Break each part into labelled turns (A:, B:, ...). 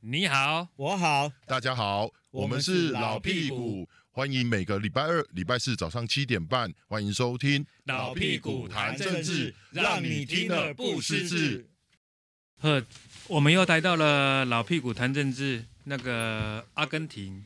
A: 你好，
B: 我好，
C: 大家好，
B: 我
C: 我
B: 们
C: 们是
B: 是老
C: 老
B: 屁
C: 屁
B: 股
C: 股，欢迎每个礼拜二、礼拜四早上七点半，欢迎收听
A: 老屁股谈政治
B: 让你听了不失智。。
A: 呵，我们又来到了老屁股谈政治。那个阿根廷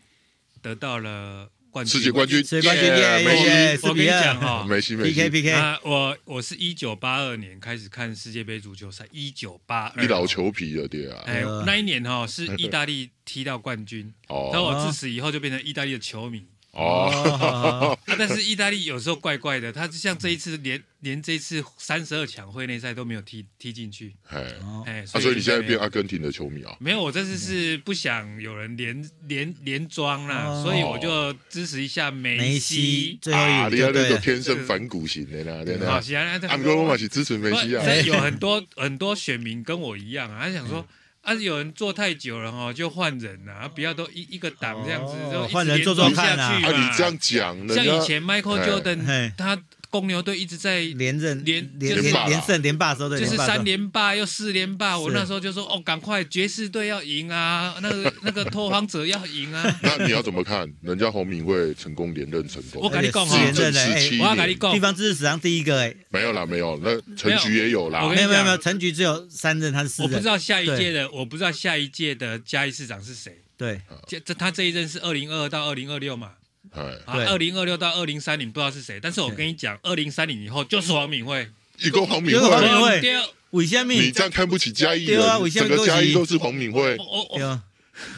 A: 得到了冠军，哎
D: 世界冠军，
B: 世界冠军耶
D: 梅
B: 耶
D: 西，
B: 耶
A: 我我跟你讲哈、
D: 梅西，梅
B: PK
D: 西，
B: PK，
A: 啊，我我是一九八二年开始看世界杯足球赛，一九八二
D: 一老。球皮了，对啊，
A: 哎
B: 呃，
A: 那一年哈、是意大利踢到冠军，然后
D: 哦
A: 我自此以后就变成意大利的球迷。
D: 哦，
A: 啊，但是意大利有时候怪怪的，他就像这一次连连这一次三十二强会内赛都没有踢踢进去，
D: 哎，啊，
B: 哦
A: 哎、
D: 所以你现在
A: 就没有
D: 变阿根廷的球迷啊？
A: 没有，我这次是不想有人连连连庄啦，
B: 哦
A: 所以我就支持一下梅
B: 梅西最后
D: 啊，
B: 一
D: 你
B: 名就
D: 看那
B: 对
D: 个
B: 了，
D: 天生反骨型的啦，对
A: 好，
D: 啦，
A: 行啊，这
D: 阿哥我嘛是支持梅西啊
A: 不，这有很多很多选民跟我一样啊，他想说。啊，
B: 嗯
A: 有人做太久了哈，就换人啊，不要都一一个党这样子，
B: 哦
A: 就一直
B: 换人
A: 连
B: 做做
A: 庄
B: 看
A: 下
B: 啊
A: 去
D: 啊，
A: 嘛
D: 你这样讲，人
A: 像以
D: 家
A: 前 Michael
D: 哎
A: Jordan，
B: 嘿
A: 他公牛队一直在
B: 连任
A: 连
B: 连
D: 连霸
B: 连
D: 啦
B: 连胜连霸的时候对，
A: 就是
B: 霸的时候
A: 三连霸又四连霸，我
B: 是
A: 那时候就说哦，赶快爵士队要赢啊，那 个那个拓荒者要赢啊。
D: 那你要怎么看？人家洪敏会成功连任成功
A: 我，跟你讲
B: 连
A: 哈，
B: 任的
D: 17
B: 哎
A: 我要跟你讲
B: 地，方自治史上第一个哎，
D: 没有啦，没有，那陈局也有
A: 我
D: 啦
A: 跟，
B: 没有没有没有，
A: 讲
B: 陈局只有三任，他是四
A: 我不知
B: 任，
A: 道下一届的，我不知道下一届的嘉义市长是谁。
B: 对，
A: 这这他这一任是二零二二到二零二六嘛，
D: 哎，
A: 啊，
B: 对
A: 二零二六到二零三零不知道是谁，但是我跟你讲，二零三零以后就是王敏慧，
D: 一个洪敏
B: 一个黄
D: 会
B: 敏。慧
A: 对啊
B: 为什么？
D: 你这样看不起嘉义人
B: 对啊我，现
D: 整
B: 在
D: 个嘉
B: 恭喜
D: 义都是黄敏慧
A: 我，我
B: 对
A: 我
B: 啊，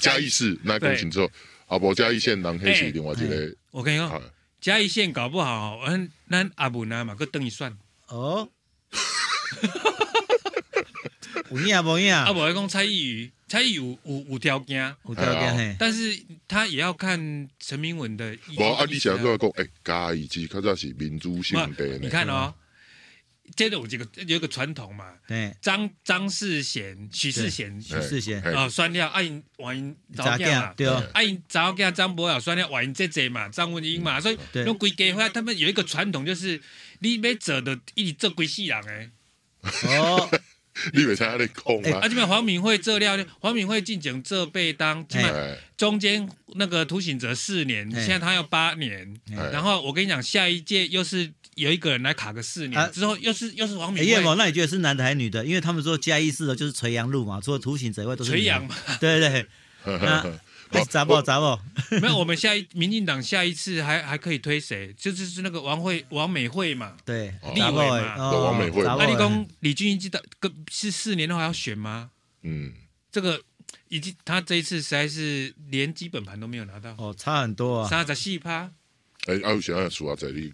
D: 嘉义市那公情之后，啊，无嘉义县人黑是另外一个，
A: 我跟你
D: 啊
A: 讲，嘉义县搞不好，咱咱阿文啊嘛，搁等一算，
B: 哦，有影无影，
A: 阿文啊讲蔡依瑜，蔡依瑜有有有条件。啊
B: 有条件嘿，
A: 但是他也要看陈明文的意
D: 无啊，你想
A: 个，
D: 要讲，哎，嘉义市较早是民主性地
A: 你
D: 呢，
A: 看哦，
B: 嗯
A: 这个有几个有一个传统嘛，
B: 对，
A: 张张世贤、许世贤
B: 徐世贤，
D: 嘿
A: 啊，酸料啊，因王因
B: 杂
A: 早嫁
B: 件
A: 嘛，
B: 对哦，
A: 啊，因早嫁张博雅酸料，王因这这嘛，张文英
D: 嗯
A: 嘛，所以
B: 对
A: 用规家话，他们有一个传统就是，你要做的一直做规世人诶，
B: 哦，
D: 你袂使安尼讲
A: 啊，
D: 啊，
A: 这边黄敏慧这料，黄敏慧进前这被当，这摆
D: 哎，
A: 中间那个涂醒哲四年，
B: 哎
A: 现在他要八年。
D: 哎
A: 然后我跟你讲，下一届又是有一个人来卡个四年，
B: 啊
A: 之后又是又是王
B: 哎，
A: 敏
B: 叶
A: 慧、
B: 某，那你觉得是男的还是女的？因为他们说嘉义市的就是垂杨路嘛，除了图形者以外都是
A: 垂
B: 女的
A: 杨，嘛。
B: 对对 那对，杂报杂报，
A: 没有，我们下一民进党下一次还还可以推谁？就是是那个王慧王美惠嘛。
B: 对，
D: 哦
B: 杂报
A: 立委嘛啊
B: 哦，
D: 王美惠
B: 杂
D: 哦
A: 那
B: 报
A: 立功李俊英知道跟是四年的话要选吗？
D: 嗯，
A: 这个以及他这一次实在是连基本盘都没有拿到，
B: 哦，差很多啊，
A: 三十四趴，
D: 哎，啊，有时啊，输啊，在你，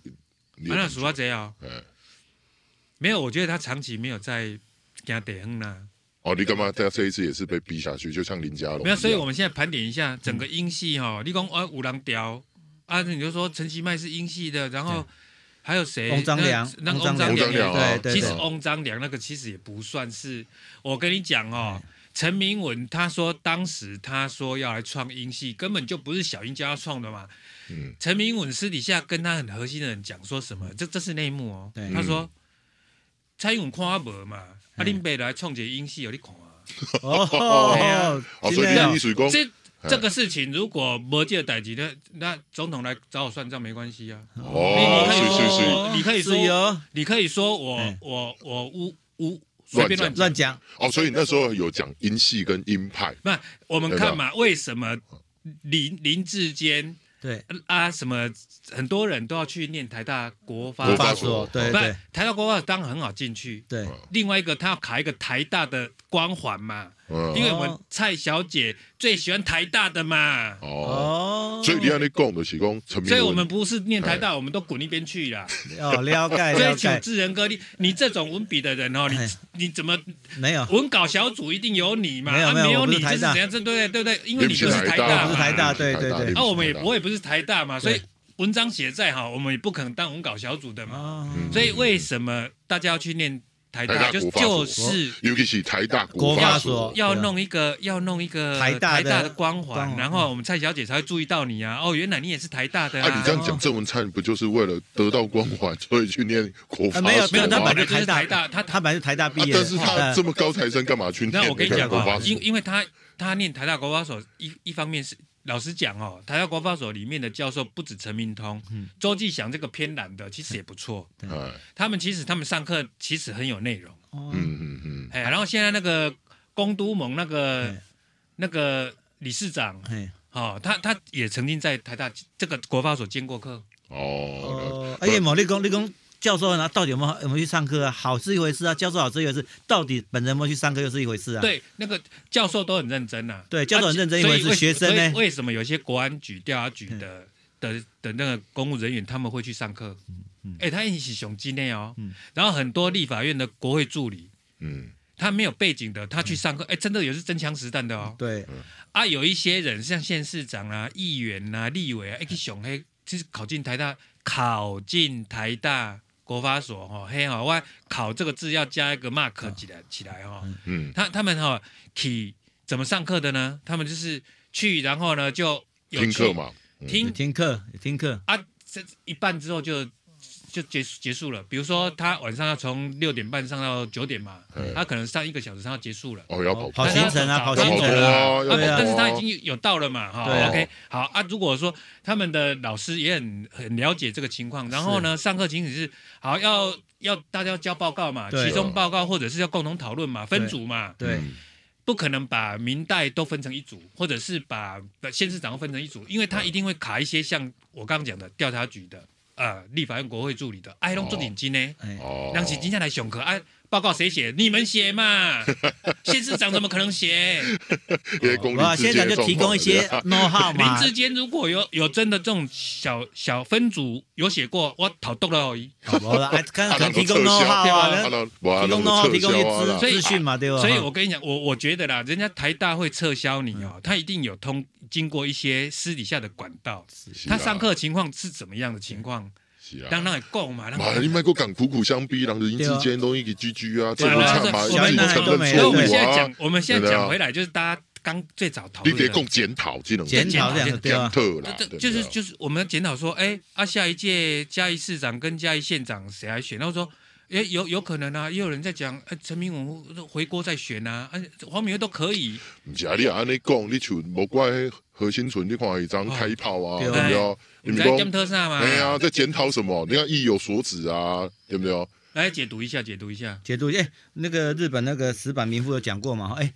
D: 你
A: 那数到这啊？
D: 哎，
A: 没有，我觉得他长期没有在跟他得啊哼啦。
D: 哦，你干嘛？在这一次也是被逼下去，就像林家龙一样，嗯
A: 没有，所以我们现在盘点一下整个英系哈、你讲啊五郎雕啊，你就说陈其迈是英系的，然后还有谁？
B: 翁章良
A: 那那
B: 翁
A: 翁章
B: 章
D: 良
A: 良
D: 翁章良
A: 也，
D: 对对
A: 其实
D: 对
A: 翁章良那个其实也不算是，我跟你讲哦。
D: 嗯
A: 陈明文他说，当时他说要来创英系，根本就不是小英家要创的嘛。
D: 嗯，
A: 陈明文私底下跟他很核心的人讲说什么，这这是内幕哦
B: 对。
A: 他
D: 嗯
A: 说，蔡英文看我无嘛，啊林北来创一个英系，有你看啊。 哎
B: 哦，
D: 哦，
B: 真
D: 所以
B: 的哦
D: 你艺术工，
A: 这
D: 哎
A: 这个事情如果没这个代级，那那总统来找我算账没关系啊。
D: 哦，
A: 你
D: 是
A: 你可以
D: 是是，
A: 说你可以
B: 是
A: 说，
B: 哦，
A: 你可以说我
B: 哎
A: 我我无无随便乱
D: 乱
A: 讲。
B: 乱讲，
D: 哦，所以那时候有讲音系跟音派，
A: 那我们看嘛，为什么林林志坚
B: 对，
A: 啊什么很多人都要去念台大国发
D: 国
A: 所？
D: 发
B: 发
D: 所
B: 说，对
A: 不
B: 对，
A: 台大国发所当然很好进去。
B: 对，
A: 另外一个，他要卡一个台大的光环嘛，
D: 嗯
A: 因，为我们蔡小姐最喜欢台大的嘛，
D: 哦，
B: 哦，
D: 所以你让你讲的是讲陈明文，
A: 所以我们不是念台
D: 哎
A: 大，我们都滚一边去啦。
B: 哦，了解
A: 所
B: 了
A: 以请
B: 解，
A: 智人哥，你你这种文笔的人哦，你
B: 哎
A: 你怎么
B: 没有，
A: 文稿小组一定有你嘛？
B: 没有
A: 啊
B: 没有
A: 没
B: 我不
A: 你
B: 是
A: 这
B: 台
A: 是
B: 大
A: 怎样？这对对对，因
D: 你
A: 为
D: 不
A: 你
D: 是
A: 不是
D: 台
A: 大
B: 我
A: 嘛，
B: 不是台大对
D: 你不是
B: 对对
D: 你不
A: 啊，
D: 是
A: 我们也
D: 台大
A: 我也不是台大嘛，所
B: 对
A: 以文章写再好，我们也不可能当文稿小组的嘛。
B: 哦，
D: 嗯
A: 所以为什么大家要去念台
D: 台
A: 大？
D: 大
A: 就
D: 国发
A: 就
B: 哦
D: 所
A: 是
D: 尤其是台大
B: 国
D: 发
B: 发所
A: 要弄一个要弄一个
B: 哦啊台大的
A: 的光
B: 光
A: 环，
B: 环
A: 然后我们蔡小姐才会注意到你啊。哦，原来你也是台大的
D: 啊，
A: 啊
D: 你这。样讲，郑文灿不就是为了得到光环，所以去念国法所
B: 啊
D: 吗？
B: 没有没有，他
A: 吧本
B: 本来
A: 来就是
B: 台
A: 哦台大他
B: 他本来就台大毕
D: 啊
B: 业的，
D: 但是他
B: 呃
D: 这么高材生，干嘛去念
A: 那我跟你讲
D: 国
A: 啊
D: 法，所
A: 因因为他他念台大国法所，一一方面是老实讲哦，台大国法所里面的教授不止陈明通、周继祥这个偏蓝的，其实也不错。
D: 哎，
A: 他们其实他们上课其实很有内容，
B: 哦
D: 嗯嗯嗯，
A: 哎，然后现在那个公都盟那个
B: 哎
A: 那个理事长
B: 嘿，
A: 哦，他他也曾经在台大这个国法所兼过课，
D: 哦，
B: 哦，而且某立功立功教授呢，到底有没有有没有去上课啊？好是一回事啊，教授好是一回事，到底本人有没有去上课又是一回事啊。
A: 对，那个教授都很认真呐、啊。
B: 对教授很认真
A: 啊所以
B: 因为是
A: 为
B: 学生
A: 所
B: 呢
A: 以为什么有些国安局、调查局的的的那个公务人员他们会去上课？
B: 嗯
A: 哎、他一起熊鸡内哦
B: 嗯。
A: 然后很多立法院的国会助理，
D: 嗯，
A: 他没有背景
B: 嗯
A: 的，他去上课，哎、真的也是真枪实弹的哦。
B: 对
A: 啊，有一些人像县市长啊、议员啊、立委啊，
B: 嗯
A: 哎去熊黑，就是考进台大，考进台大。国法所哦，嘿哦，我考这个字要加一个 mark 起来起来哦。
D: 嗯，
A: 他他们哈、去怎么上课的呢？他们就是去，然后呢就有
D: 听
A: 去
D: 课，嘛，嗯
B: 有
A: 听
B: 听课有听课，
A: 啊，这一半之后就就结束结束了。比如
B: 哦
A: 说他晚上要从六点半上到九点嘛
D: 嗯，
A: 他可能上一个小时，他要结束了。
D: 哦，要跑
B: 跑
A: 大家
B: 行程啊，
A: 要
B: 跑
A: 跑
B: 行
D: 要跑
B: 程
D: 多
B: 啊，
D: 啊，要
A: 啊
D: 跑多啊
A: 但是他已经有到了嘛，哈、
B: 对啊
A: o k 好啊。如果说他们的老师也很很了解这个情况，然后呢，上课情景是好要要大家要交报告嘛，
B: 对
A: 其中报告或者是要共同讨论嘛，分组嘛，
B: 对，
D: 嗯
A: 不可能把明代都分成一组，或者是把把县市长都分成一组，因为他一定会卡一些像我刚刚讲的调查局的、呃立法院国会助理的，哎，弄做点金呢，
B: 哎，
D: 哦，
A: 让起今天来上课，哎、报告谁写？你们写 嘛，县市长怎么可能写？
D: 也公
B: 哇，
D: 里
B: 啊现在就提供 一些 know how
A: 林
B: 嘛，
A: 志坚如果有有真的这种小小分组有写过，我讨动了而已。
B: 好不好啦？哎，看
D: 啊
B: 可能提供
D: 那
B: know
D: 种
B: how 啊，
D: 啊，
B: 那
D: 那我
B: 提供 know how，提供一些
D: 啊
A: 所
B: 资
A: 以
B: 资讯嘛，对吧？
A: 所以我跟你讲，我我觉得啦，人家台大会撤销你
D: 嗯
A: 哦，他一定有通经过一些私底下的管道。
D: 是啊
A: 他上课的情况是怎么样的情况？
D: 是啊，
A: 当然也够嘛，让
D: 妈，你卖过港苦苦相逼，人林志坚都一起居居啊，这
A: 对啊
D: 不差嘛，
A: 我
D: 一
A: 们
D: 起
A: 哪里
D: 承
A: 都
D: 认
B: 没有
A: 所以我们
D: 错误
A: 现在
D: 啊
A: 讲，，我们现在
D: 对啊
A: 讲回来，就是大家刚最早讨
D: 你
A: 论
D: 得
A: 的，
D: 共检讨这种
B: 检讨这样的对吧
D: 检？讨啦，
A: 这
D: 对不对
A: 啊就是就是我们要检讨说，哎，啊下一届嘉义市长跟嘉义县长谁来选？然后说，哎有有可能啊，也有人在讲，哎陈明文回锅再选啊，啊黄明月都可以，
D: 唔是啊，你安尼讲，你像无怪那核心存，你看一张开炮啊，
B: 对
D: 对
B: 啊
D: 不对？你
A: 哦你
D: 们
A: 在
D: 讲
A: 检，特上嘛，
D: 哎呀，在检讨什么？你看意有所指啊，对不对？
A: 来解读一下，解读一下，
B: 解读，哎，那个日本那个石板民夫有讲过嘛，哎。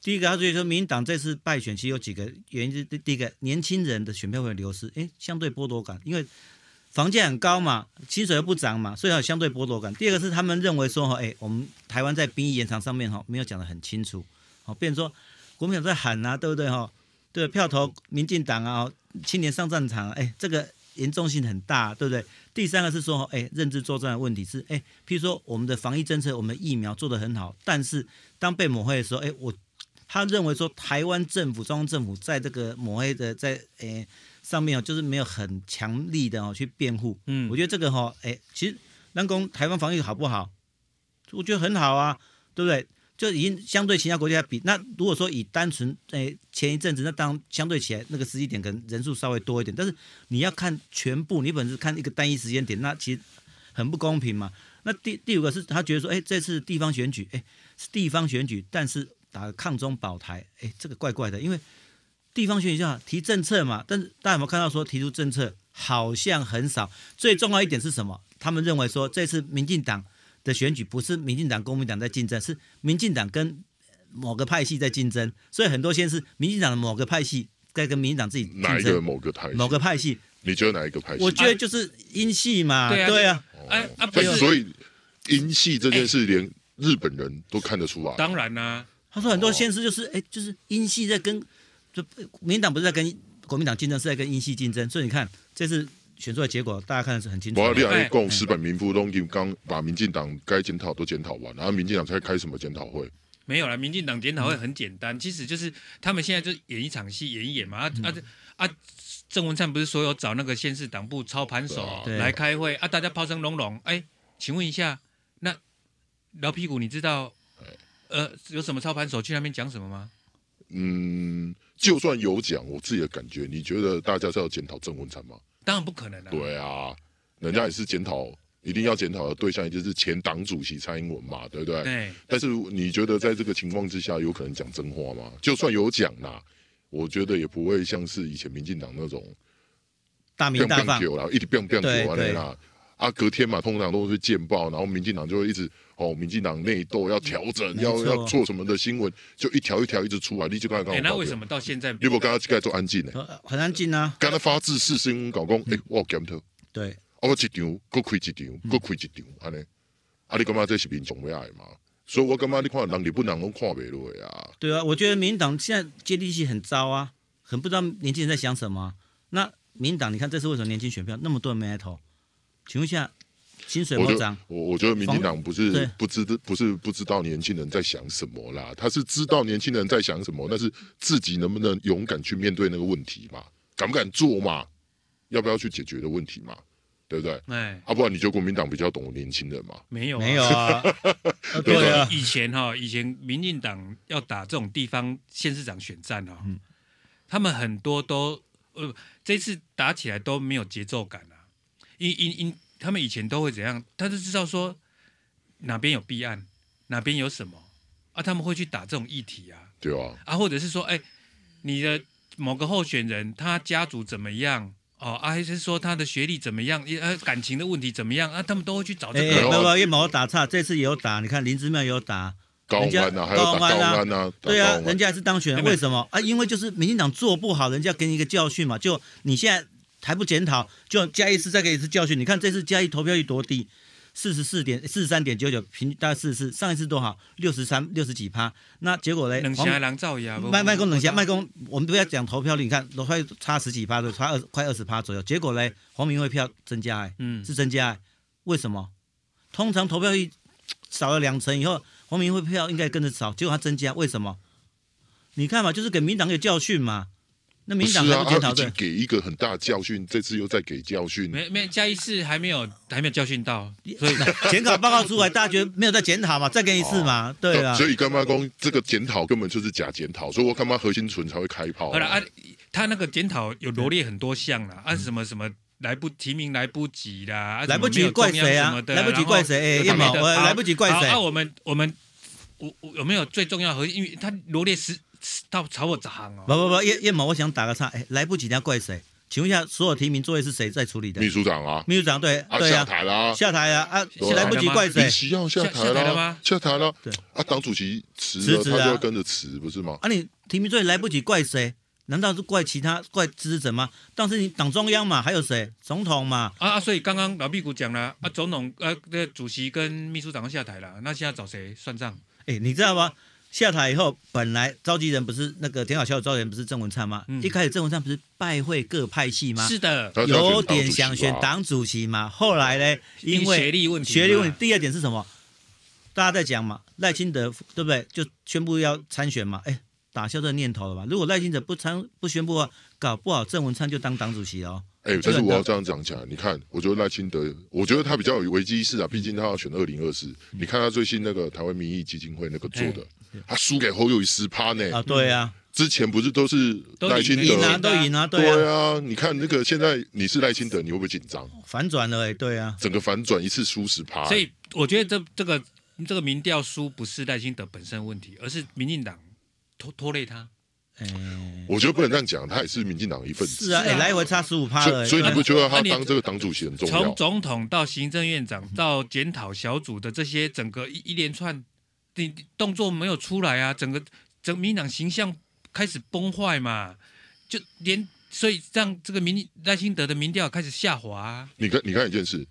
B: 第一个，他就说，民党这次败选，其实有几个原因是第第一个，年轻人的选票会有流失，哎，相对剥夺感，因为房价很高嘛，薪水又不涨嘛，所以有相对剥夺感。第二个是他们认为说，哈，哎，我们台湾在兵役延长上面，哈，没有讲得很清楚，好，变成说国民党在喊啊，对不对，哈？对，票投民进党啊，哦青年上战场啊，哎，这个严重性很大，对不对？第三个是说，哎，认知作战的问题是，哎，譬如说我们的防疫政策，我们的疫苗做得很好，但是当被抹黑的时候，哎，我他认为说台湾政府、中央政府在这个抹黑的在哎上面哦，就是没有很强力的哦去辩护，
A: 嗯
B: 我觉得这个哈、哦，哎，其实南宫台湾防疫好不好？我觉得很好啊，对不对？就已经相对其他国家比，那如果说以单纯诶、前一阵子，那当然相对起来那个时机点可能人数稍微多一点，但是你要看全部，你本是看一个单一时间点，那其实很不公平嘛。那第第五个是他觉得说，哎、这次地方选举，哎、是地方选举，但是打抗中保台，哎、这个怪怪的，因为地方选举下提政策嘛，但是大家有没有看到说提出政策好像很少？最重要一点是什么？他们认为说这次民进党的选举不是民进党、公民党在竞争，是民进党跟某个派系在竞争，所以很多先是民进党的某个派系在跟民进党自己
D: 哪
B: 竞
D: 一个
B: 争，
D: 某个派系？
B: 某个派系，
D: 你觉得哪一个派系？
B: 我觉得就是英系嘛，
A: 对啊
B: 对啊，
A: 哎啊不
D: 所以
A: 是，
D: 所以英系这件事，连日本人都看得出来。
A: 当然啦、
B: 他说很多现实
A: 哦
B: 就是，哎、就是英系在跟，就民进党不是在跟国民党竞争，是在跟英系竞争。所以你看这次选出来结果，大家看的是很清楚
D: 我
B: 的。
D: 要立来
A: 哎
D: 共石本民夫东金刚把民进党该检讨都检讨完，然后民进党才开什么检讨会？
A: 没有啦，民进党检讨会很简单，其实就是他们现在就演一场戏，演一演嘛。啊啊这啊！郑文灿不是说有找那个县市党部操盘手
B: 对啊
A: 来开会啊？大家炮声隆隆。哎，请问一下，那老屁股，你知道呃有什么操盘手去那边讲什么吗？
D: 嗯，就算有讲，我自己的感觉，你觉得大家是要检讨郑文灿吗？
A: 嗯当然不可能啦、
D: 对啊，人家也是检讨一定要检讨的对象，也就是前党主席蔡英文嘛，对不对？
A: 对，
D: 但是你觉得在这个情况之下，有可能讲真话吗？就算有讲啦，我觉得也不会像是以前民进党那种
B: 大名
D: 变
B: 大
D: 变
B: 放，
D: 球啦，一直变变球
B: 对
D: 啊
B: 对
D: 那啦。啊，隔天嘛，通常都是见报，然后民进党就会一直哦，民进党内斗要调整，
B: 没
D: 要
B: 错
D: 要做什么的新闻，就一条一条一直出来。你就刚才刚
A: 哎，
D: 我
A: 那为什么到现在
D: 你不刚刚该做安静呢？
B: 呃很安静啊，
D: 刚才发自四新闻稿讲，
A: 嗯
D: 哎、我有检讨，啊
B: 对，
D: 我一场，搁开一场，搁开一场，安尼，啊，你感觉这是民众要爱嘛？所以我感觉你看人日本人拢看袂落的啊。
B: 对啊，我觉得民进党现在接地气很糟啊，很不知道年轻人在想什么啊、那民进党，你看这次为什么年轻选票那么多人没来投？请问一下，薪水有
D: 我
B: 没
D: 觉
B: 有
D: 得
B: 涨？
D: 我我觉得民进党不
B: 对
D: 是不知不是不知道年轻人在想什么啦，他是知道年轻人在想什么，但是自己能不能勇敢去面对那个问题嘛？敢不敢做嘛？要不要去解决的问题嘛？对不对？
A: 哎
D: 啊，不然你觉得国民党比较懂年轻人嘛？
A: 没有啊
B: 没有？啊，呃对啊，
A: 以前哈，以前民进党要打这种地方县市长选战哦，
B: 嗯
A: 他们很多都呃，这次打起来都没有节奏感啊。因因因，他们以前都会怎样？他就知道说哪边有弊案，哪边有什么啊，他们会去打这种议题啊
D: 对啊，
A: 啊，或者是说，哎，你的某个候选人他家族怎么样？哦，啊、还是说他的学历怎么样？呃，感情的问题怎么样啊？他们都会去找这
B: 哎，
A: 个。
B: 没有
D: 然后
B: 没有，叶某打岔，这次也有打，你看林芝妙也有打，
D: 高
B: 人
D: 鸿
B: 家
D: 安啊，还有打
B: 高
D: 高
B: 鸿安
D: 鸿
B: 啊
D: 安啊，打
B: 对
D: 高
B: 啊，
D: 鸿安
B: 人家还是当选人，
A: 对
B: 为什么啊？因为就是民进党做不好，人家给你一个教训嘛，就你现在还不检讨，就加一次再给一次教训。你看这次加一投票率多低，四十四点四十三点九九，平大概四十四，上一次多好，六十三六十几趴，那结果嘞，
A: 能
B: 黄
A: 下狼造谣，
B: 卖卖工等下卖
A: 工
B: 工，我们不要讲投票率，你看都快差十几趴的，差二快二十趴左右。结果嘞，黄明慧票增加、哎，
A: 嗯
B: 是增加、哎，为什么？通常投票率少了两成以后，黄明慧票应该跟着少，结果它增加，为什么？你看嘛，就是给民党有教训嘛。那
D: 不
B: 民
D: 是
B: 党还
D: 啊，
B: 不检
D: 他
B: 讨
D: 已
B: 对
D: 经，给一个很大的教训，这次又在给教训，
A: 没没加一次还没有还没有教训到，所以
B: 检讨报告出来，大家觉得没有在检讨嘛，再给你一次嘛，对啊
D: 哦所。以干妈公这个检讨根本就是假检讨，所以我干妈核心存才会开炮、
A: 好了啊，他那个检讨有罗列很多项啦，啊什么什么来不提名来不及啦，啊
B: 嗯来不及怪谁啊
A: 什么没有重要什么的
B: 来不及怪谁
A: 然后
B: 哎叶某
A: 有的没的
B: 我来不及怪谁
A: 好好啊，我们我们我我有没有最重要的核心？因为他罗列十十到朝我行
B: 不
A: 哦，
B: 不不，叶叶某，我想打个岔，哎，来不及，你要怪谁？请问一下，所有提名作业是谁在处理的
D: 秘？书长啊，
B: 秘书长对
D: 啊
B: 对
D: 下
B: 啊，
D: 台啦、
B: 下台啊啊，
A: 对
D: 啊
B: 来不及怪谁
D: 李奇耀下台
A: 下下台了
D: 了
A: 吗
D: 下台了
B: 对。
D: 啊，党主席辞
B: 辞
D: 了，
B: 职
D: 他
B: 啊
D: 就要跟着辞，不是吗？
B: 啊？你提名罪来不及怪谁？难道是怪其他怪支持者吗？当时你党中央嘛，还有谁？总统嘛？
A: 啊啊，所以刚刚老屁股讲了啊，总统呃那主席跟秘书长下台了，那现在找谁算账？
B: 哎，你知道吗？下台以后，本来召集人不是那个田小小召集人不是郑文灿吗？
A: 嗯
B: 一开始郑文灿不是拜会各派系吗？
A: 是的，
D: 他是要选党
B: 有
D: 主席
B: 点想选
D: 吧，
B: 党主席嘛。后来呢，因为
A: 学历问题嘛，
B: 学历问题。第二点是什么？大家在讲嘛，赖清德对不对？就宣布要参选嘛，哎，打消这个念头了吧？如果赖清德不参不宣布啊，搞不好郑文灿就当党主席哦。
D: 哎、但是我要这样讲起来，你看，我觉得赖清德，我觉得他比较有危机意识啊，毕竟他要选二零二四。你看他最新那个台湾民意基金会那个做的，他输给侯友谊十趴呢。
B: 啊，对啊，
D: 之前不是都是
A: 都
D: 赖清
A: 赢
B: 赢啊
A: 了
D: 德？
B: 都赢啊，对啊，
D: 嗯对啊，你看那个现在你是赖清德，你会不会紧张？
B: 反转了哎，对啊，
D: 整个反转一次输十趴，
A: 所以我觉得这这个这个民调输不是赖清德本身的问题，而是民进党拖拖累他。
B: 哎，
D: 我觉得不能这样讲，他也是民进党的一份子。
B: 是啊，哎，来回差十五趴
D: 所
B: 了，哎
D: 以所以你不觉得
A: 那
D: 他
A: 你
D: 当这个党主席很重
A: 从
D: 要？
A: 总统到行政院长到检讨小组的这些整个一一连串你动作没有出来啊，整个整民进党形象开始崩坏嘛，就连所以让这个民赖清德的民调开始下滑、啊。
D: 你看，你看一件事，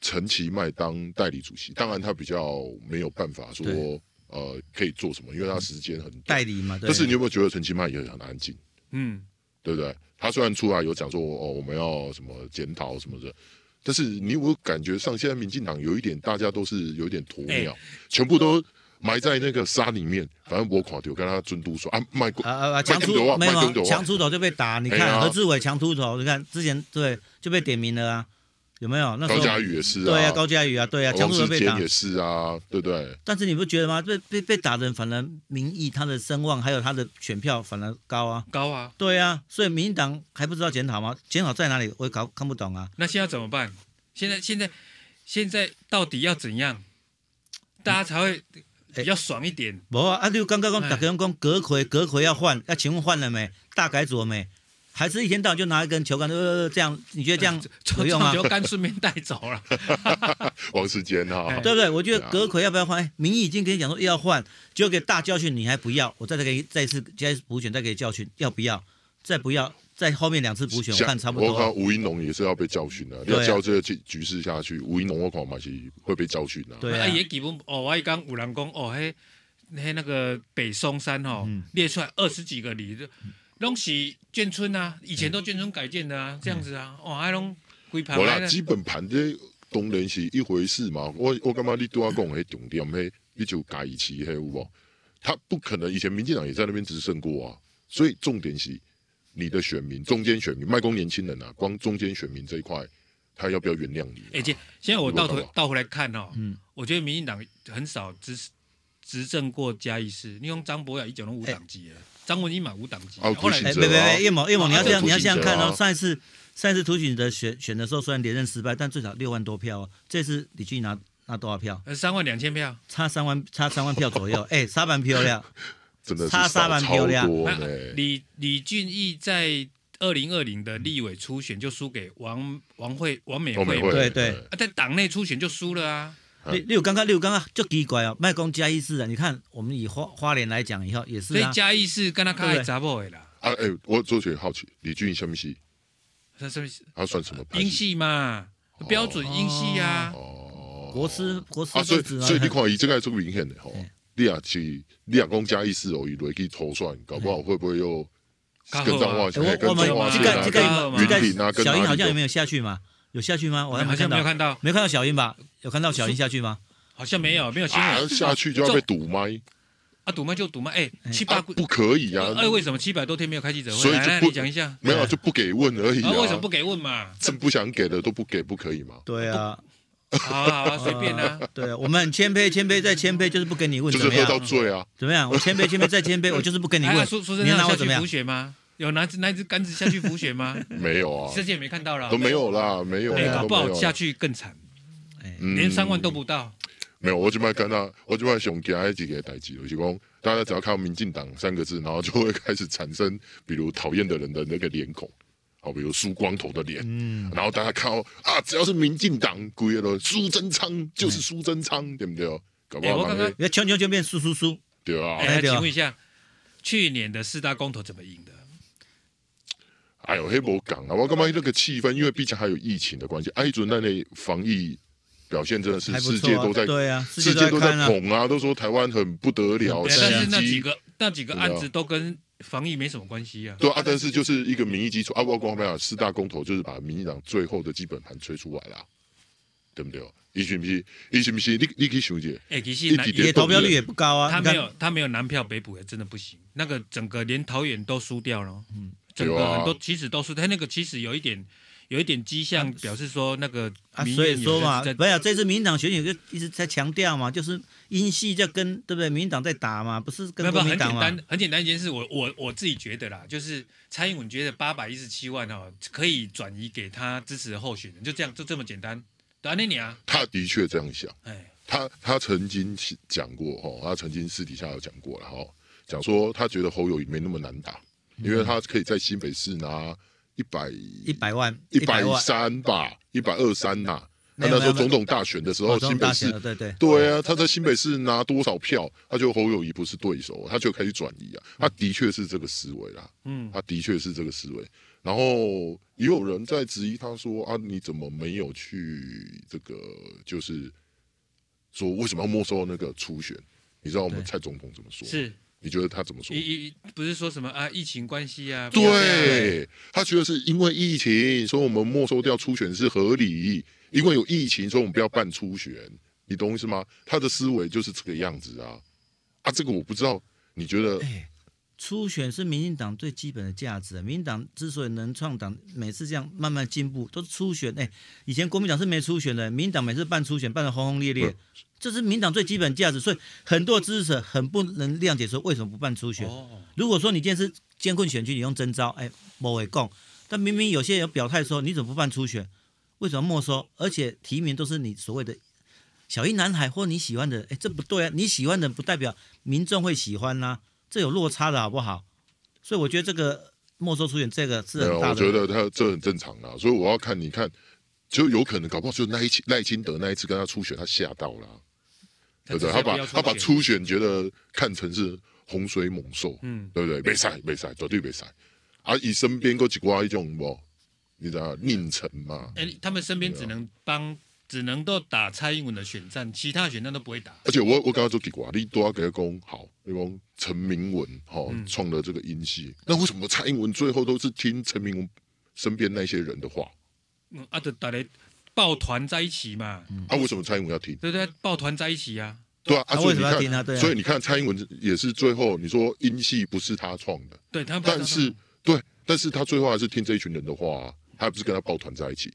D: 陈其迈当代理主席，当然他比较没有办法说
B: 对
D: 呃可以做什么，因为他时间很短。
B: 代理嘛，对
D: 但，是你有没有觉得陈其迈也很安静，
A: 嗯，
D: 对不对？他虽然出来有讲说哦我们要什么检讨什么的，但是你有没有感觉上现在民进党有一点大家都是有一点鸵鸟，
B: 哎
D: 全部都埋在那个沙里面，反正我垮掉，跟他尊嘟说啊卖过
B: 啊啊啊，强
D: 麦克德
B: 出
D: 啊
B: 没有
D: 麦
B: 啊
D: 克德啊
B: 强出头就被打，你
D: 哎
B: 看
D: 呀
B: 何志伟强出头，你看之前对就被点名了啊，有没有？那时
D: 高
B: 候
D: 嘉宇也是
B: 对啊，高嘉宇啊，对啊，强
D: 王
B: 出头
D: 世
B: 被打
D: 坚也。是啊，对不对？
B: 但是你不觉得吗？被被被打的人反而民意他的声望还有他的选票反而高啊。
A: 高啊，
B: 对啊，所以民进党还不知道检讨吗？检讨在哪里？我也搞看不懂啊。
A: 那现在怎么办？现在现在现在到底要怎样，大家才会比较爽一点？
B: 无啊，啊，你刚刚讲，
A: 哎
B: 大家拢讲隔奎，隔奎要换，那、请问换了没？大改组了没？还是一天到晚就拿一根球杆，呃，这样，你觉得这 样有
A: 抽
B: 用啊吗？
A: 球杆顺便带走了，
D: 王世坚哈
A: 哎，
B: 对不对？我觉
D: 对
B: 得
D: 啊
B: 隔奎要不要换？哎民意已经跟你讲说要换，结果给大教训，你还不要，我再再给你再一次再补选，再给你教训，要不要？再不要，再后面两次补选，我
D: 像
B: 看差不
D: 我看
B: 多。
D: 吴一农也是要被教训的，
B: 对啊
D: 要照这个局局势下去，吴一农我恐怕是会被教训的。
B: 对啊
A: 啊，也基本哦，我刚有人讲哦，嘿，嘿那个北松山哦，
B: 嗯
A: 列出来二十几个里，拢是眷村啊，以前都眷村改建的啊，
B: 嗯
A: 这样子啊，哦，还拢规盘
D: 无
A: 来
D: 啦，
A: 呢
D: 基本盘这当然是一回事嘛。我我感觉你对我讲迄重点，迄你就改一期迄有无？他不可能，以前民进党也在那边执政过啊。所以重点是你的选民，中间选民，卖光年轻人啊，光中间选民这一块，他要不要原谅你、啊？
A: 而且哎现在我倒
D: 你
A: 回
D: 懂吗
A: 倒回来看哦，
B: 嗯
A: 我觉得民进党很少执执政过嘉义市，你用张博雅一九零五党籍的，张文英嘛五党籍
D: 啊
A: 的，后来
D: 不
B: 哎，
D: 行
B: 别别别，叶某叶某，你要这样，
D: 啊
B: 你要这样看
D: 图
B: 哦
D: 形者。啊
B: 上一次上一次涂选的选选的时候，虽然连任失败，但最少六万多票哦。这次李俊拿拿多少票？
A: 呃三万两千票，
B: 差三万，差三万票左 右。哎，差蛮漂亮。
D: 真的是
B: 差
D: 少
B: 三万
D: 超
B: 票量
D: 多
A: 那
D: 呢。
A: 李李俊义在二零二零的立委初选就输给王王惠王美
D: 我
A: 惠
D: 们
A: 嘛
D: 会
B: 对对
A: 啊，在党内初选就输了啊，
D: 啊
B: 你你有刚刚，你有刚刚就奇怪哦，卖公加一市啊！你看，我们以花花莲来讲，以后也是
A: 所以
B: 啊，
A: 嘉义市跟他开杂报的啦，
D: 啊，哎、我做起好奇，李俊什么系？
A: 他是不是
D: 他算什么派
A: 英
D: 系？
A: 系嘛，标准英系啊，
D: 啊哦，
B: 国师国师
D: 啊，所以
B: 分子
D: 所以你
B: 啊，
D: 看伊这个足明显的吼
B: 嘿，
D: 你也是你也讲加意思哦，伊落去投算，搞不好会不会又
A: 较好啊
D: 跟彰化县、
B: 哎我
D: 跟
B: 我们
D: 中华
B: 这
D: 县
B: 个
D: 啊、
B: 这
A: 跟
B: 个
A: 嘛
B: 这
D: 跟云
B: 个
D: 林啊、跟
B: 小英
D: 哪
B: 好像有
D: 里
B: 没
D: 的？
B: 有下去嘛？有下去吗？我还
A: 好
B: 没
A: 像
B: 看
A: 没有
B: 到，
A: 看到，
B: 没看到小英吧？有看到小英下去吗？
A: 好像没有没有新
D: 啊，
A: 闻
D: 下去就要被堵麦，
A: 啊，赌麦就赌麦，哎，
B: 嗯
A: 七
D: 啊
A: 八股
D: 不可以啊
A: 呃，哎，为什么七百多天没有开记者
D: 所
A: 会？
D: 以
A: 来，
D: 就
A: 来
D: 不
A: 你讲一下，
D: 没有就不给问而已
A: 啊，为什么不
D: 啊。？
A: 给问嘛
D: 真不想给的都不给，不可以吗？
B: 对啊，
A: 好啊好啊，随便啊
B: 呃。对啊，我们很谦卑，谦卑再谦卑，就是不跟你问
D: 就
B: 怎
D: 是
B: 么
D: 喝到
B: 样？
D: 醉啊！
B: 怎么样？我谦卑谦卑再谦卑，我就是不跟你
A: 哎啊，
B: 问
A: 苏苏，
B: 你
A: 贞昌
B: 要拿
A: 有
B: 我
A: 下
B: 怎么
A: 去
B: 样
A: 浮？雪吗？有拿那只杆子下去浮雪吗？
B: 嗯
D: 没有啊
A: 这，次也没看到了
D: 都，没有啦，没有
A: 哎，
D: 啊，
A: 搞
D: 都
A: 不
D: 没
A: 好
D: 有
A: 下
D: 啊。
A: 去更惨，
D: 嗯
A: 连三万都不到。
D: 没有，我就卖跟他，我就卖熊给他几个代志，就是讲大家只要看到“民进党”三个字，然后就会开始产生，比如讨厌的人的那个脸孔，好，比如梳光头的脸，
B: 嗯，
D: 然后大家看到啊，只要是民进党，规了苏贞昌就是苏贞昌，对不对？搞不
A: 哎
D: 好
A: 我
D: 蛮
A: 刚
D: 会
A: 刚
B: 要圈圈圈变苏苏苏，
D: 对啊，
A: 哎，
B: 哎对
A: 请
B: 啊
A: 问一下，去年的四大公投怎么赢的？
D: 哎呦，黑博港啊，我干嘛那个气氛？因为毕竟还有疫情的关系，啊埃准那类防疫表现真的是
B: 还不
D: 世
B: 错
D: 界
B: 啊
D: 都在。
B: 对啊，世
D: 世
B: 界
D: 界
B: 都
D: 都
B: 在
D: 在
B: 看啊，
D: 捧啊，都说台湾很不得了，
A: 哎但是那
D: 奇迹
A: 几个那几个
D: 对啊
A: 案子都跟防疫没什么关系啊。
D: 对啊，但是就是一个民意基础啊，我光没有四大公投，就是把民进党最后的基本盘吹出来啦，对不对？伊是不是？伊是不是？你你去想解，
A: 哎，其实南
D: 一直
A: 也
B: 也投票率也不高啊，
A: 他
B: 你看
A: 没有他没有南票北补也哎真的不行，那个整个连桃园都输掉了，嗯，整
D: 有
A: 个
D: 啊
A: 很多其实都是他那个其实有一点有一点迹象表示说那个
B: 啊，
A: 民
B: 所
A: 怨
B: 以
A: 有
B: 说
A: 在
B: 嘛
A: 在，
B: 没有这次民进党选举就一直在强调嘛，就是英系在跟对不对？民进党在打嘛，不是
A: 没
B: 跟
A: 有没
B: 国
A: 有
B: 民
A: 很
B: 党
A: 简
B: 嘛？
A: 单很简单一件事，我我我自己觉得啦，就是蔡英文觉得八百一十七万哦可以转移给他支持的候选人，就这样就这么简单，对啊，那你啊，
D: 他的确这样想。
A: 哎，
D: 他他曾经讲过哈、哦，他曾经私底下有讲过了哈、哦，讲说他觉得侯友谊没那么难打，因为他可以在新北市拿一百
B: 一百万，
D: 一百
B: 万，
D: 三吧，一百二三呐。他
B: 没有
D: 那时候
B: 没有
D: 总统大选的时
B: 哦
D: 候，
B: 这
D: 新
B: 种
D: 北
B: 大选
D: 市
B: 了，对对
D: 对啊，他在新北市拿多少票，他就侯友谊不是对手，他就开始转移啊。他的确是这个思维啦，
A: 嗯，
D: 他的确是这个思维。然后也有人在质疑他说啊，你怎么没有去这个？就是说为什么要没收那个初选？你知道我们
B: 对
D: 蔡总统怎么说？
A: 是
D: 你觉得他怎么说？
A: 一一不是说什么啊疫情关系啊，不要这样
D: 对他觉得是因为疫情，所以我们没收掉初选是合理，因为有疫情，所以我们不要办初选，你懂我意思吗？他的思维就是这个样子啊啊，这个我不知道，你觉得
B: 哎，初选是民进党最基本的价值啊。民进党之所以能创党，每次这样慢慢进步，都是初选。哎，以前国民党是没初选的，民进党每次办初选办得轰轰烈烈
D: 嗯，
B: 这是民进党最基本价值。所以很多支持者很不能谅解，说为什么不办初选？
A: 哦，
B: 如果说你今天是艰困选区，你用征招，哎，某位供，但明明有些人有表态说，你怎么不办初选？为什么没收？而且提名都是你所谓的小一男孩或你喜欢的，哎，这不对啊！你喜欢的不代表民众会喜欢呐、啊这有落差的好不好？所以我觉得这个没收出选这个是
D: 没有，
B: 很大
D: 啊我
B: 的，
D: 觉得他这很正常啦，所以我要看，你看，就有可能搞不好就那一期赖清德那一次跟他初选，他吓到了啊、对不对？
A: 他只是
D: 他把
A: 不要
D: 他把
A: 选
D: 初选觉得看成是洪水猛兽，
A: 嗯
D: 对不对？没赛没赛，绝对没赛。啊，以身边够几挂一种不，你知道佞臣嘛？
A: 哎、他们身边只能帮，只能够打蔡英文的选战，其他选战都不会打。
D: 而且我我刚刚做几挂，你都要给他讲好，你讲陈明文哈、哦
A: 嗯
D: 创了这个音系，那为什么蔡英文最后都是听陈明文身边那些人的话？
A: 嗯，啊，就大家抱团在一起嘛，
D: 啊，为什么蔡英文要听？
A: 对不对？抱团在一起啊，
D: 对啊，啊
B: 他、
D: 所以
B: 为
D: 你
B: 什么
D: 看。
B: 要听他？对嗯啊
D: 所以，你看，蔡英文也是最后你说英系不是他创的，
A: 对他们抱团。
D: 但是对，但是他最后还是听这一群人的话、啊，他还不是跟他抱团在一起，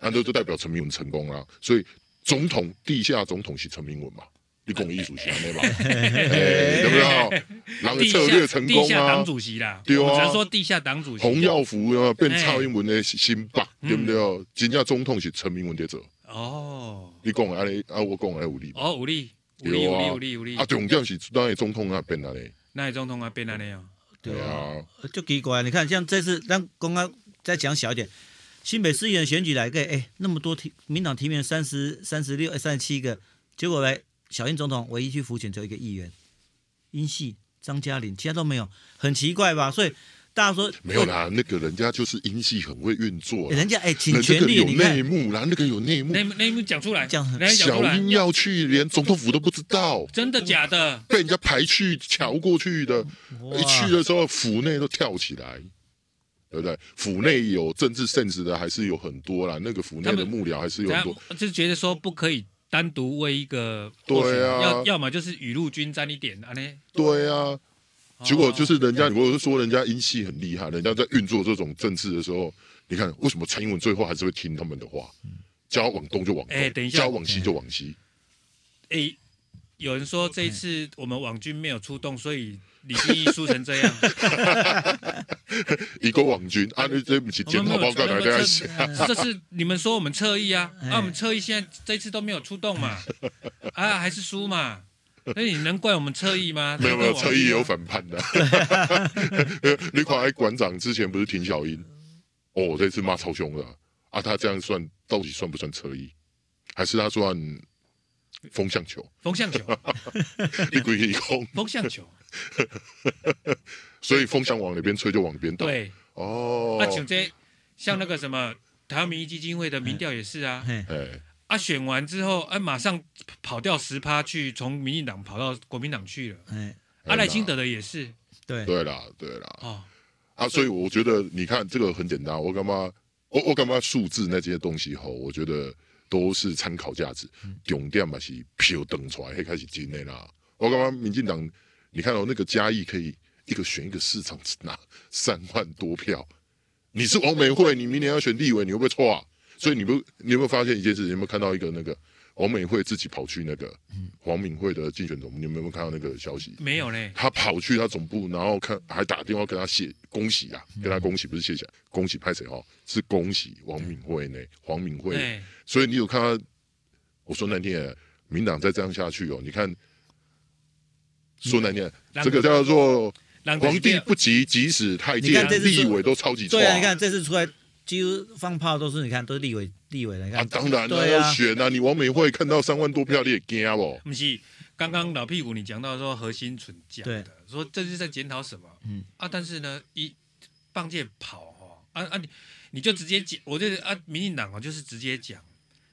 D: 那就就代表陈明文成功啦、啊所以总统地下总统是陈明文嘛，你拱艺术家没 吧？哎有没有？然后
A: 地
D: 策略成
A: 下地
D: 功
A: 下
D: 啊
A: 党，主席啦，
D: 对啊
A: 我只能说地下党主席。哎嗯
D: 洪耀福啊变蔡英文的新霸，对不对？真正总统是陈明文的者，
A: 哦
D: 你讲安尼啊，我讲安尼有理吧。
A: 哦，武力武力
D: 对
A: 武
D: 啊
A: 力武力武力
D: 啊，，重点是当然总统那边安尼，
A: 那你总统啊变安尼哦，
D: 对啊。
B: 呃就奇怪，你看像这次让刚刚再讲小一点，新北市议员选举来个，哎，那么多提民党提名三十三十六、哎三十七个，结果来小英总统唯一去浮选只有一个议员，英系张嘉玲，其他都没有，很奇怪吧？所以大家说
D: 没有，啦，那个人家就是英系很会运作
B: 哎
D: 啦，
B: 人家哎请
D: 人家那
B: 全
D: 个
B: 力，
D: 有
B: 你
D: 内
B: 看
D: 幕啦，那个有内幕
A: 那。那一幕讲出来，
B: 讲
A: 那一幕讲出
D: 小
A: 来，
D: 英要去，连总统府都不知道，
A: 真的假的？
D: 被人家排去瞧过去的。
B: 哇
D: 一去的时候，府内都跳起来，对不对？府内有政治 sense 的还是有很多啦，那个府内
A: 他
D: 的
A: 们
D: 幕僚还是有
A: 然
D: 很多
A: 后。就觉得说不可以单独为一个
D: 对啊
A: 候选人要要么就是雨露均沾一点，安尼。
D: 对啊，
A: 哦
D: 结果就是是人家，我是说人家英系很厉害，人家在运作这种政治的时候，你看为什么蔡英文最后还是会听他们的话，叫他往东就往
A: 嗯哎等一下
D: 东，叫他往西就往西。
A: 诶、有人说这一次我们网军没有出动，所以李俊毅输成这样。
D: 一个网军啊，那这不是
A: 哎我
D: 检
A: 们没
D: 讨
A: 有
D: 报
A: 出
D: 告
A: 动，
D: 来
A: 我
D: 在
A: 们
D: 写。
A: 这这是你们说我们侧翼啊，
B: 哎
A: 啊，我们侧翼现在这一次都没有出动 嘛，啊，还是输嘛。那你能怪我们侧翼吗？
D: 没有没有，
A: 能怪
D: 侧
A: 我们
D: 翼也有反叛 的。你看，哎，馆长之前不是挺小英？哦，我这次骂超凶的啊啊！他这样算到底算不算侧翼？还是他算风向 球？
A: 风向球，
D: 你鬼一空，
A: 风向球，
D: 所以风向往哪边吹就往哪边倒。
A: 对。
D: 哦，
A: 啊，像这像那个什么台湾民意基金会的民调也是啊，
B: 嘿
D: 哎，
A: 啊，选完之后，啊，马上跑掉十趴去，从民进党跑到国民党去了。
B: 哎
A: 啊，赖清德的也是
B: 对，
D: 对啦，对啦，
A: 哦，
D: 啊，所以我觉得你看这个很简单，我干嘛，我我干嘛数字那些东西吼，我觉得都是参考价值，重点嘛是票登出来，那开始真的啦。我干嘛民进党，你看哦，那个嘉义可以一个选一个市长只拿三万多票，你是王美惠，你明年要选立委，你会不会错啊？所以你不，你有没有发现一件事？你有没有看到一个那个王美惠自己跑去那个黄敏惠的竞选总部？你有没有看到那个消息？
A: 没有嘞，
D: 他跑去他总部，然后看还打电话跟他谢恭喜啊，跟他恭喜不是谢谢，恭喜拍谁哦，是恭喜王敏慧呢，黄敏慧。
A: 哎，
D: 所以你有看到，我说难听点，民党再这样下去哦，你看，说难听点，
A: 嗯
D: 这个叫做
A: 让
D: 皇帝不急，急死太
B: 你
D: 监
B: 看这，是
D: 立委都超级
B: 对啊，
D: 差
B: 你看这次出来几乎放炮都是你看都是立委立委的，你
D: 啊
B: 看，
D: 当然了，
B: 对
D: 要
B: 啊，
D: 选啊，你王美惠看到三万多票，你也惊哦。
A: 不是，刚刚老屁股你讲到说核心存讲
B: 对
A: 的，说这是在检讨什么？
B: 嗯
A: 啊，但是呢，一棒界跑哦，啊啊你你就直接讲，我就是啊，民进党哦，就是直接讲。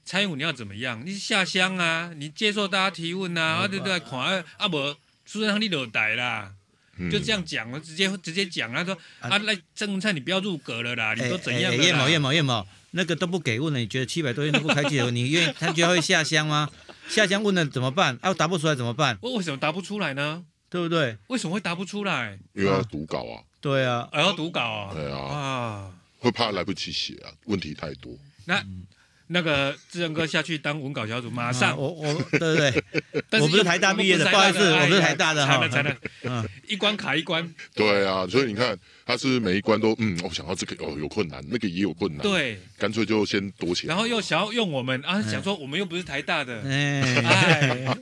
A: 蔡英文你要怎么样？你是下乡啊，你接受大家提问
B: 嗯
A: 啊，啊对对，看啊啊无苏贞昌你落台啦，
D: 嗯
A: 就这样讲了，直接直接讲啊，他说
B: 啊
A: 啊赖郑文灿你不要入阁了啦，你都怎样
B: 哎
A: 了啦？
B: 哎哎叶某叶某叶某，那个都不给问了，你觉得七百多天都不开记者会，你愿意他觉得会下乡吗？下乡问了怎么办？啊，答不出来怎么办？
A: 我为什么答不出来呢？
B: 对不对？
A: 为什么会答不出来？哎
D: 因为要读稿啊，
B: 对啊，
A: 我要读稿啊、
D: 对啊，
A: 啊，
D: 会怕来不及写啊，问题太多。
A: 那那个志仁哥下去当文稿小组，马
B: 啊
A: 上。
B: 我我对对 对，
A: 但
B: 我不是
A: 又
B: 台大
A: 们
B: 毕业的
A: 是
B: 不好意思
A: 哎呀
B: 我不是台大的
A: 惨
B: 哈
A: 了惨了，
B: 嗯，
A: 一关卡一关。
D: 对啊，所以你看，他是不是每一关都嗯，我、想到这个哦有困难，那个也有困难，，
A: 对，
D: 干脆就先躲起来。
A: 然后又想要用我们啊，想说我们又不是台大的，
B: 哎，
A: 哎，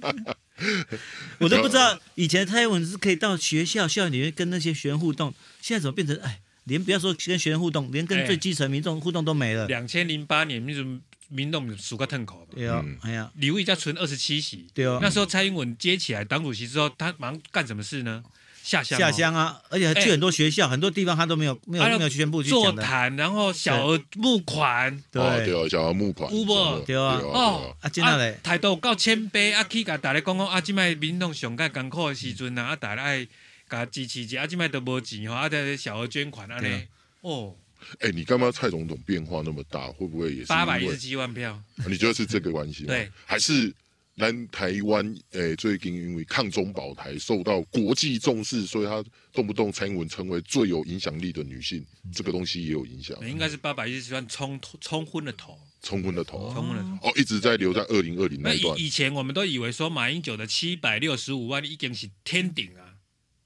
B: 我都不知道以前蔡英文是可以到学校校园里面跟那些学员互动，现在怎么变成哎，连不要说跟学员互动，连跟
A: 哎
B: 最基层民众互动都没了。
A: 两千零八年民主民众数个痛口嘛，
B: 对哦
D: 嗯，
B: 哎呀，
A: 李伟才存二十七席，
B: 对哦
A: 那，时候蔡英文接起来党主席之后，他马上干什么事呢？下乡哦
B: 下乡啊，而且还
A: 哎
B: 去很多学校，很多地方他都没有没有
A: 啊那
B: 没有宣布去
A: 座
B: 讲的。
A: 谈，然后小额募款，
D: 哦，对
B: 对，
D: 哦，想要募款，
A: 有没有
B: 对啊
D: 对
A: 哦
D: 啊，
B: 啊真的嘞
A: 态度有够谦卑，啊，去甲大家讲讲，啊，即摆民众上届艰苦的时阵啊，啊，大家爱甲支持者，啊，即摆都无钱吼，啊，再小额捐款安
B: 对啊
A: 尼，哦，
D: 哎，你干嘛蔡总统变化那么大？会不会也是
A: 八百
D: 因
A: 一
D: 为啊
A: 十七万票，
D: 你觉得是这个关系吗？
A: 对，
D: 还是咱台湾诶、最近因为抗中保台受到国际重视，所以她动不动蔡英文成为最有影响力的女性，这个东西也有影响，
A: 应该是八百一十七万冲冲昏了头，
D: 冲昏了头啊。
A: 冲昏了头。
D: 哦，一直在留在二零二零
A: 那
D: 那一
A: 以
D: 段，
A: 以前我们都以为说马英九的七百六十五万已经是天顶啊，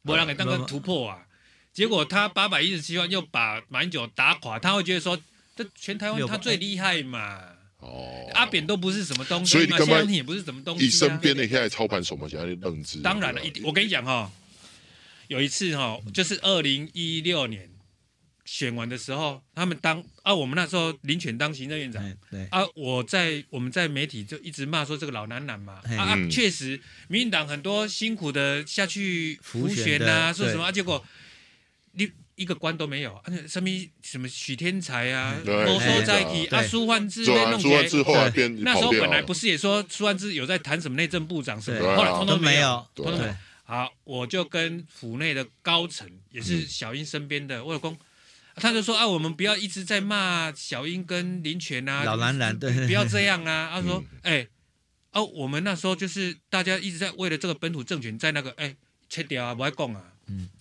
A: 不让给当个突破啊，结果他八百一十七万又把马英九打垮，他会觉得说，这全台湾
B: 六百
A: 他最厉害嘛。
D: 哦，
A: 阿啊扁都不是什么东西
D: 所以你
A: 嘛，
D: 干嘛
A: 谢长廷也不是什么东西、啊。
D: 以身边的现在操盘手嘛，现在认知，
A: 当然了，
D: 对
A: 一
D: 啊
A: 定我跟你讲哈、有一次哈、就是二零一六年选完的时候，他们当啊，我们那时候林选当行政院长。
B: 哎对，
A: 啊！我在我们在媒体就一直骂说这个老男人嘛
B: 嘿
A: 啊啊，
D: 嗯
A: 确实，民进党很多辛苦的下去
B: 浮
A: 浮
B: 选
A: 选
B: 的
A: 啊，说什么
B: 对
A: 啊，结果你一个官都没有，而且什么什么许天才啊，
D: 嗯对
A: 罗
B: 嘿
A: 说在体啊，
B: 对
A: 苏焕智
D: 做
A: 被
D: 完
A: 弄
D: 做
A: 起
D: 完
A: 来，
D: 之后啊，
B: 对
D: 变
A: 那时候
D: 跑掉
A: 本来
D: 了
A: 不是也说苏安之有在谈什么内政部长什么
B: 对
A: 的，后来通
B: 都
A: 通没
B: 没。有，
D: 对
A: 通通没
B: 对
A: 有，好，我就跟府内的高层，也是小英身边的，我有公，他就说啊，我们不要一直在骂小英跟林权啊，
B: 老男人对
A: 不要这样啊。他说
D: 嗯，
A: 哎，哦，我们那时候就是大家一直在为了这个本土政权在那个哎切掉啊，不爱供啊，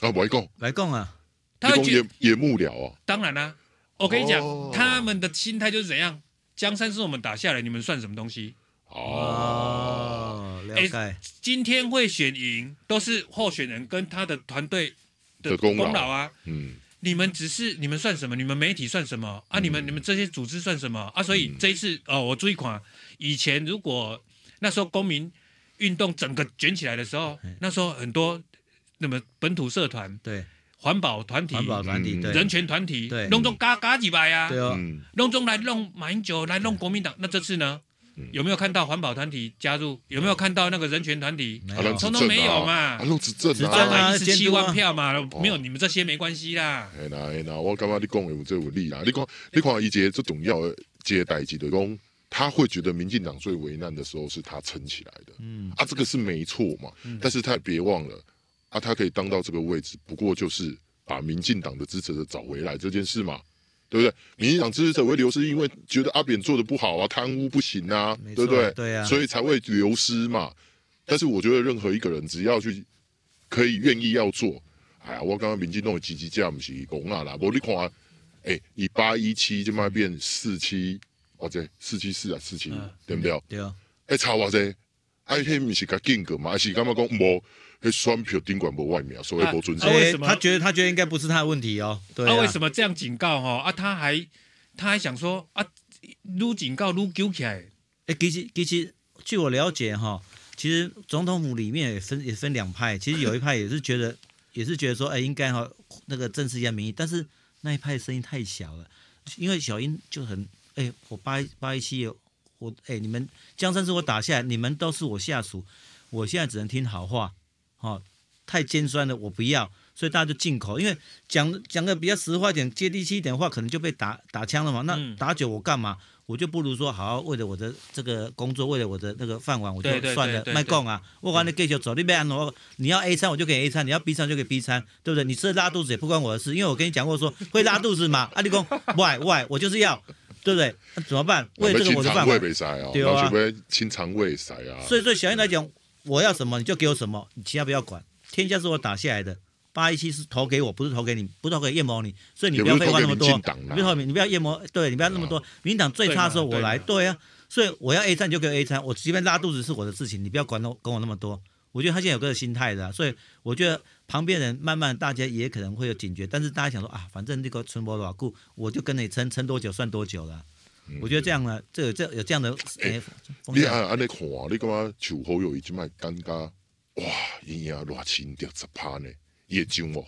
D: 啊，我讲，
B: 来讲啊，
A: 他会
D: 你
A: 觉
D: 讲也也幕僚啊，
A: 当然啦、我跟你讲，
D: 哦
A: 他们的心态就是怎样，江山是我们打下来，你们算什么东西？啊
D: 哦，，
B: 了
A: 哦哎
B: 解，
A: 今天会选赢，都是候选人跟他的团队的
D: 的功劳
A: 劳啊。
D: 嗯，
A: 你们只是你们算什么？你们媒体算什么啊？
D: 嗯
A: 你们你们这些组织算什么啊？所以
D: 嗯
A: 这一次哦，我注意款，以前如果那时候公民运动整个卷起来的时候
B: 嗯，
A: 那时候很多那么本土社团、
B: 对，
A: 环保团体、
B: 环保团体，
D: 嗯
B: 对，
A: 嗯人权团体
B: 对，
A: 弄中嘎嘎几百啊
B: 对，哦，
D: 嗯，
A: 弄中来弄马英九，来弄国民党。那这次呢
D: 嗯，
A: 有没有看到环保团体加入？有没有看到那个人权团体？
B: 没
D: 啊
B: 有
D: 咱执
A: 通
D: 政
A: 通没有嘛
D: 啊，啊弄执政
B: 执政
A: 八
B: 啊
A: 百一十
B: 监
A: 七
B: 督啊
A: 万票嘛，没有你们这些没关系啦。
D: 哎啦哎啦，我感觉你讲的有这有理啦。你看，你看，一个最重要的一个代志，就是讲他会觉得民进党最为难的时候是他撑起来的，
B: 嗯，
D: 啊，这个是没错嘛。但是他也别忘了，啊，他可以当到这个位置，不过就是把民进党的支持者找回来这件事嘛，对不对？民进党支持者会流失，因为觉得阿扁做的不好啊，贪污不行啊
B: 没，错
D: 对不对？
B: 对啊
D: 所以才会流失嘛。但是我觉得任何一个人只要去可以愿意要做，哎呀，我刚刚民进党的积极价不是讲啊啦，无你看，哎，以八一七就卖变四七，哇这四七四啊四七
A: 嗯，
D: 对不对？
B: 对哦，
D: 哎，差偌济，啊，迄毋是甲间隔嘛，还是感觉讲无，迄选票顶管无外面，所以无准
A: 啊
D: 时
A: 啊。为
B: 哎
A: 什么
B: 他觉得他觉得应该不是他的问题哦，对
A: 啊，为
B: 啊，
A: 什么这样警告哈？啊，他还他还想说啊，撸警告撸揪起来，
B: 哎，其实其实据我了解哈，其实总统府里面也分也分两派，其实有一派也是觉得也是觉得说，哎，应该哈那个正视一下民意，但是那一派声音太小了，因为小英就很哎，我八八一七我哎你们江山是我打下来，你们都是我下属，我现在只能听好话，哦，太尖酸了，我不要。所以大家就进口，因为讲讲个比较实话一点、接地气一点的话，可能就被打打枪了嘛。那
A: 嗯
B: 打久我干嘛？我就不如说，好好为了我的这个工作，为了我的那个饭碗，我就
A: 对对
B: 算
A: 对
B: 了，
A: 对
B: 卖
A: 对
B: 供啊。我管你继续走，你别按我，你要 A 餐我就给你 A 餐，你要 B 餐就给 B 餐，对不对？你吃拉肚子也不关我的事，因为我跟你讲过说会拉肚子嘛。啊，你讲 why why，我就是要，对不对？那怎么办？为了这个我的
D: 肠
B: 饭碗，
D: 胃袂使啊，
B: 对啊
D: 然后就要清肠胃使啊。
B: 所以对小燕来讲，我要什么你就给我什么，你其他不要管，天下是我打下来的，八一七是投给我，不是投给你，不是投给叶某你，所以你
D: 也
B: 不
D: 不
B: 要
D: 是
B: 废话
D: 投给
B: 那么
D: 民
B: 多，
D: 进党
B: 你
D: 啦哦
B: 不要投给你不要叶某，对你不要那么多，民进党最差的时候我来，对啊，所以我要 A 站就给我 A 站，我即便拉肚子是我的事情，你不要管我管我那么多。我觉得他现在有个心态的啊、所以我觉得旁边人慢慢大家也可能会有警觉，但是大家想说啊，反正这个存活老固，我就跟你撑撑多久算多久了啊。我觉得这样呢，这有这有这样的哎风
D: 嗯你
B: 险。
D: 啊按安尼看，你感觉像好友伊即摆尴尬，哇，伊赢偌千着十趴呢，伊会上无？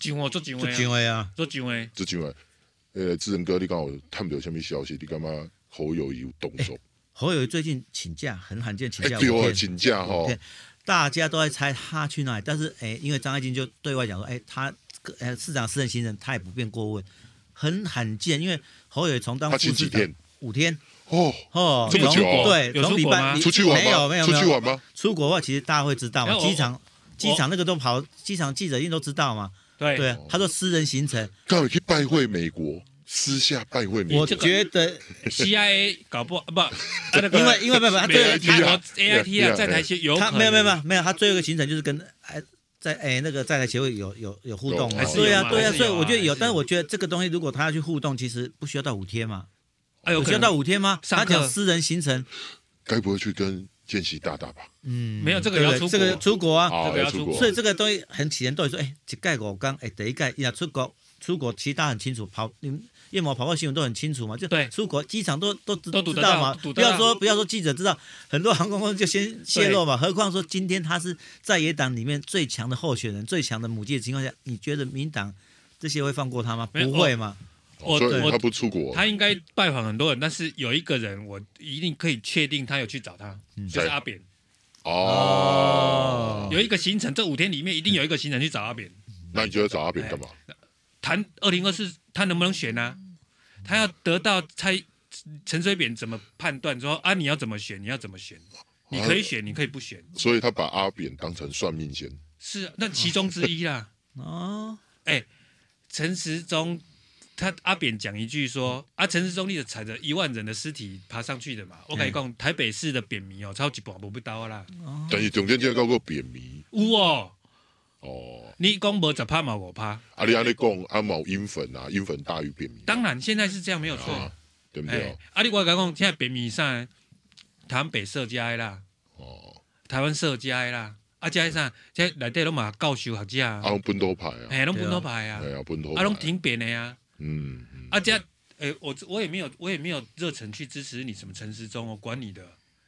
A: 上位做上
B: 就
A: 位
B: 因
A: 啊，
B: 为啊，
A: 做上位。
D: 即上来，呃，志仁哥，你讲有探到什么消息？你感觉好友伊有动 作？
B: 侯友宜最近请假，很罕见请
D: 哎、
B: 假五
D: 对哦，
B: 天，
D: 真正吼
B: 五，天大家都在猜他去哪里，但是哎，因为张爱京就对外讲说，哎，他呃市长私人行人，他也不便过问，很罕见，因为侯友宜从当
D: 他
B: 副
D: 请
B: 市
D: 几
B: 长
D: 天？
B: 五天
D: 哦，
B: 哦，
D: 这么
B: 从
D: 久哦
B: 对，
A: 有
B: 从
A: 出
B: 礼
A: 国
B: 拜
A: 吗
B: 礼
D: 出去玩
B: 没有
D: 吗？
B: 没有
D: 出
B: 没
D: 去
B: 有
D: 玩吗？
B: 出国的话，其实大家会知道
A: 哎
B: 嘛，
A: 我哎
B: 机场机场那个都跑，机场记者一定都知道嘛，
A: 对
B: 对啊，他说私人行程，
D: 刚好去拜会美国，私下拜会
A: 哎
D: 美
B: 我
D: 国。
B: 觉得
A: CIA 搞不好 不，啊那个
B: 因为因为不不，他
A: 美
B: 这个
A: 国
D: AIT 啊
A: AIT 啊，在台协有
B: 他
A: 可能
B: 没有没有没有没有，他最后一个行程就是跟哎在哎那个在台协会有有有互动
D: 有
B: 嘛
D: 还，是
B: 对
A: 有
B: 啊
A: 嘛
B: 对啊，
A: 还是有
B: 所以我觉得
A: 还是有
B: 有，但是我觉得这个东西如果他要去互动，其实不需要到五天嘛，
A: 啊，有
B: 有需
A: 可
B: 要
A: 能
B: 到五天吗？
A: 上
B: 他
A: 课
B: 讲私人行程，
D: 该不会去跟见习大大吧？
B: 嗯，
A: 没有这个
B: 对
A: 要
B: 不对
A: 出
B: 这个
A: 国，
B: 出国啊，
D: 啊
A: 这个要出国
B: 所以这个东西很起人都说，哎，一盖我刚哎第一盖，要出国出国，其实大家很清楚，跑你们夜某跑过新闻都很清楚嘛，就
A: 对
B: 出国机场都都知
A: 都堵
B: 知
A: 得
B: 道
A: 到
B: 嘛，
A: 堵
B: 不
A: 得到
B: 要说不要说记者知道，很多航空公司就先泄露嘛，何况说今天他是在野党里面最强的候选人、最强的母鸡的情况下，你觉得民党这些会放过他吗？
A: 没有
B: 不会嘛，
A: 我
D: 所以
A: 我
D: 他不出国，
A: 他应该拜访很多人，但是有一个人我一定可以确定他有去找他，
B: 嗯
A: 就是
D: 谁
A: 阿扁。
D: 哦，
A: 有一个行程，这五天里面一定有一个行程去找阿扁
D: 那你觉得找阿扁干嘛？
A: 谈二零二四，他能不能选呢、他要得到蔡陈水扁怎么判断说啊，你要怎么选，你要怎么选，你可以选，你可以不选，
D: 所以他把阿扁当成算命仙，
A: 是啊那其中之一啦。
B: 哦，
A: 陈时中，他阿扁讲一句说啊，陈时中你是踩着一万人的尸体爬上去的嘛。我跟你讲，台北市的扁迷哦，超级半不刀啦，
B: 哦
D: 但是中间竟然搞个扁迷
A: 有哦，
D: 哦。啊
A: 你讲无十趴嘛五趴，
D: 阿里阿里贡阿毛阴粉啊，阴粉大于扁迷，
A: 当然现在是这样没有错。
D: 啊对不
A: 哎、
D: 对？
A: 啊，你我讲讲，现在北米上台湾北社家的啦，
D: 哦，
A: 台湾社家的啦，啊，加上这内底拢嘛教授学者
D: 阿
A: 啊，
D: 用奔头牌啊，
A: 嘿，拢本土牌啊
D: 哎，呀，奔头牌，
A: 啊，拢挺扁的呀，
D: 嗯，嗯，
A: 啊，这哎、我我也没有，我也没有热忱去支持你什么陈时中，我管你的，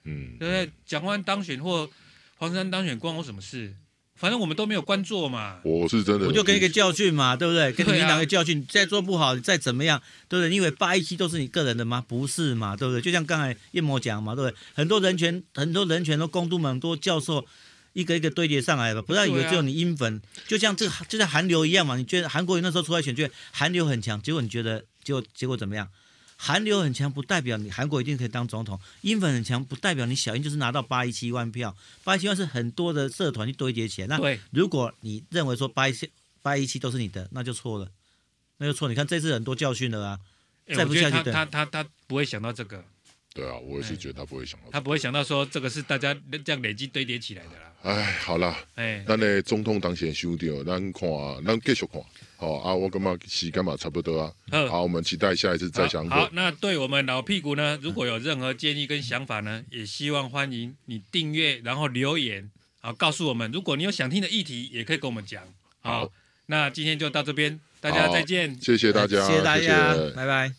D: 嗯，
A: 对不对？蒋万安当选或黄珊珊当选，关我什么事？反正我们都没有官做嘛，
D: 我是真的，
B: 我就给你一个教训嘛，对不对？给你
A: 对啊
B: 民党一个教训，你再做不好，你再怎么样，对不对？因为八一七都是你个人的吗？不是嘛，对不对？就像刚才叶某讲嘛，对不对？很多人权，很多人权都公督们，很多教授。一个一个堆叠上来吧，不要以为
A: 对啊
B: 只有你英粉，就像这个就像韩流一样嘛。你觉得韩国瑜那时候出来选举，韩流很强，结果你觉得结果结果怎么样？韩流很强不代表你韩国一定可以当总统，英粉很强不代表你小英就是拿到八一七万票，八一七万是很多的社团去堆叠起来。那
A: 对，
B: 如果你认为说八一七八一七都是你的，那就错了，那就错。你看这次很多教训了啊，
A: 哎
B: 再
A: 我
B: 不
A: 觉
B: 下
A: 得
B: 去
A: 他
B: 对
A: 他他他不会想到这个，
D: 对啊，我也是觉得他不会想到。
A: 他不会想到说这个是大家这样累积堆叠起来的啦，
D: 哎，好啦，
A: 哎、
D: 咱的总统当选收掉，咱看，咱继续看。好、啊，我感觉时间嘛差不多啊。
A: 好
D: 好，我们期待下一次再相
A: 好。好
D: 会。
A: 那对我们老屁股呢，如果有任何建议跟想法呢，也希望欢迎你订阅，然后留言，好告诉我们。如果你有想听的议题，也可以跟我们讲。好，
D: 好
A: 那今天就到这边，大家
D: 好
A: 再见。
D: 谢谢大家，
B: 呃哎谢谢大家，
D: 谢
B: 拜拜。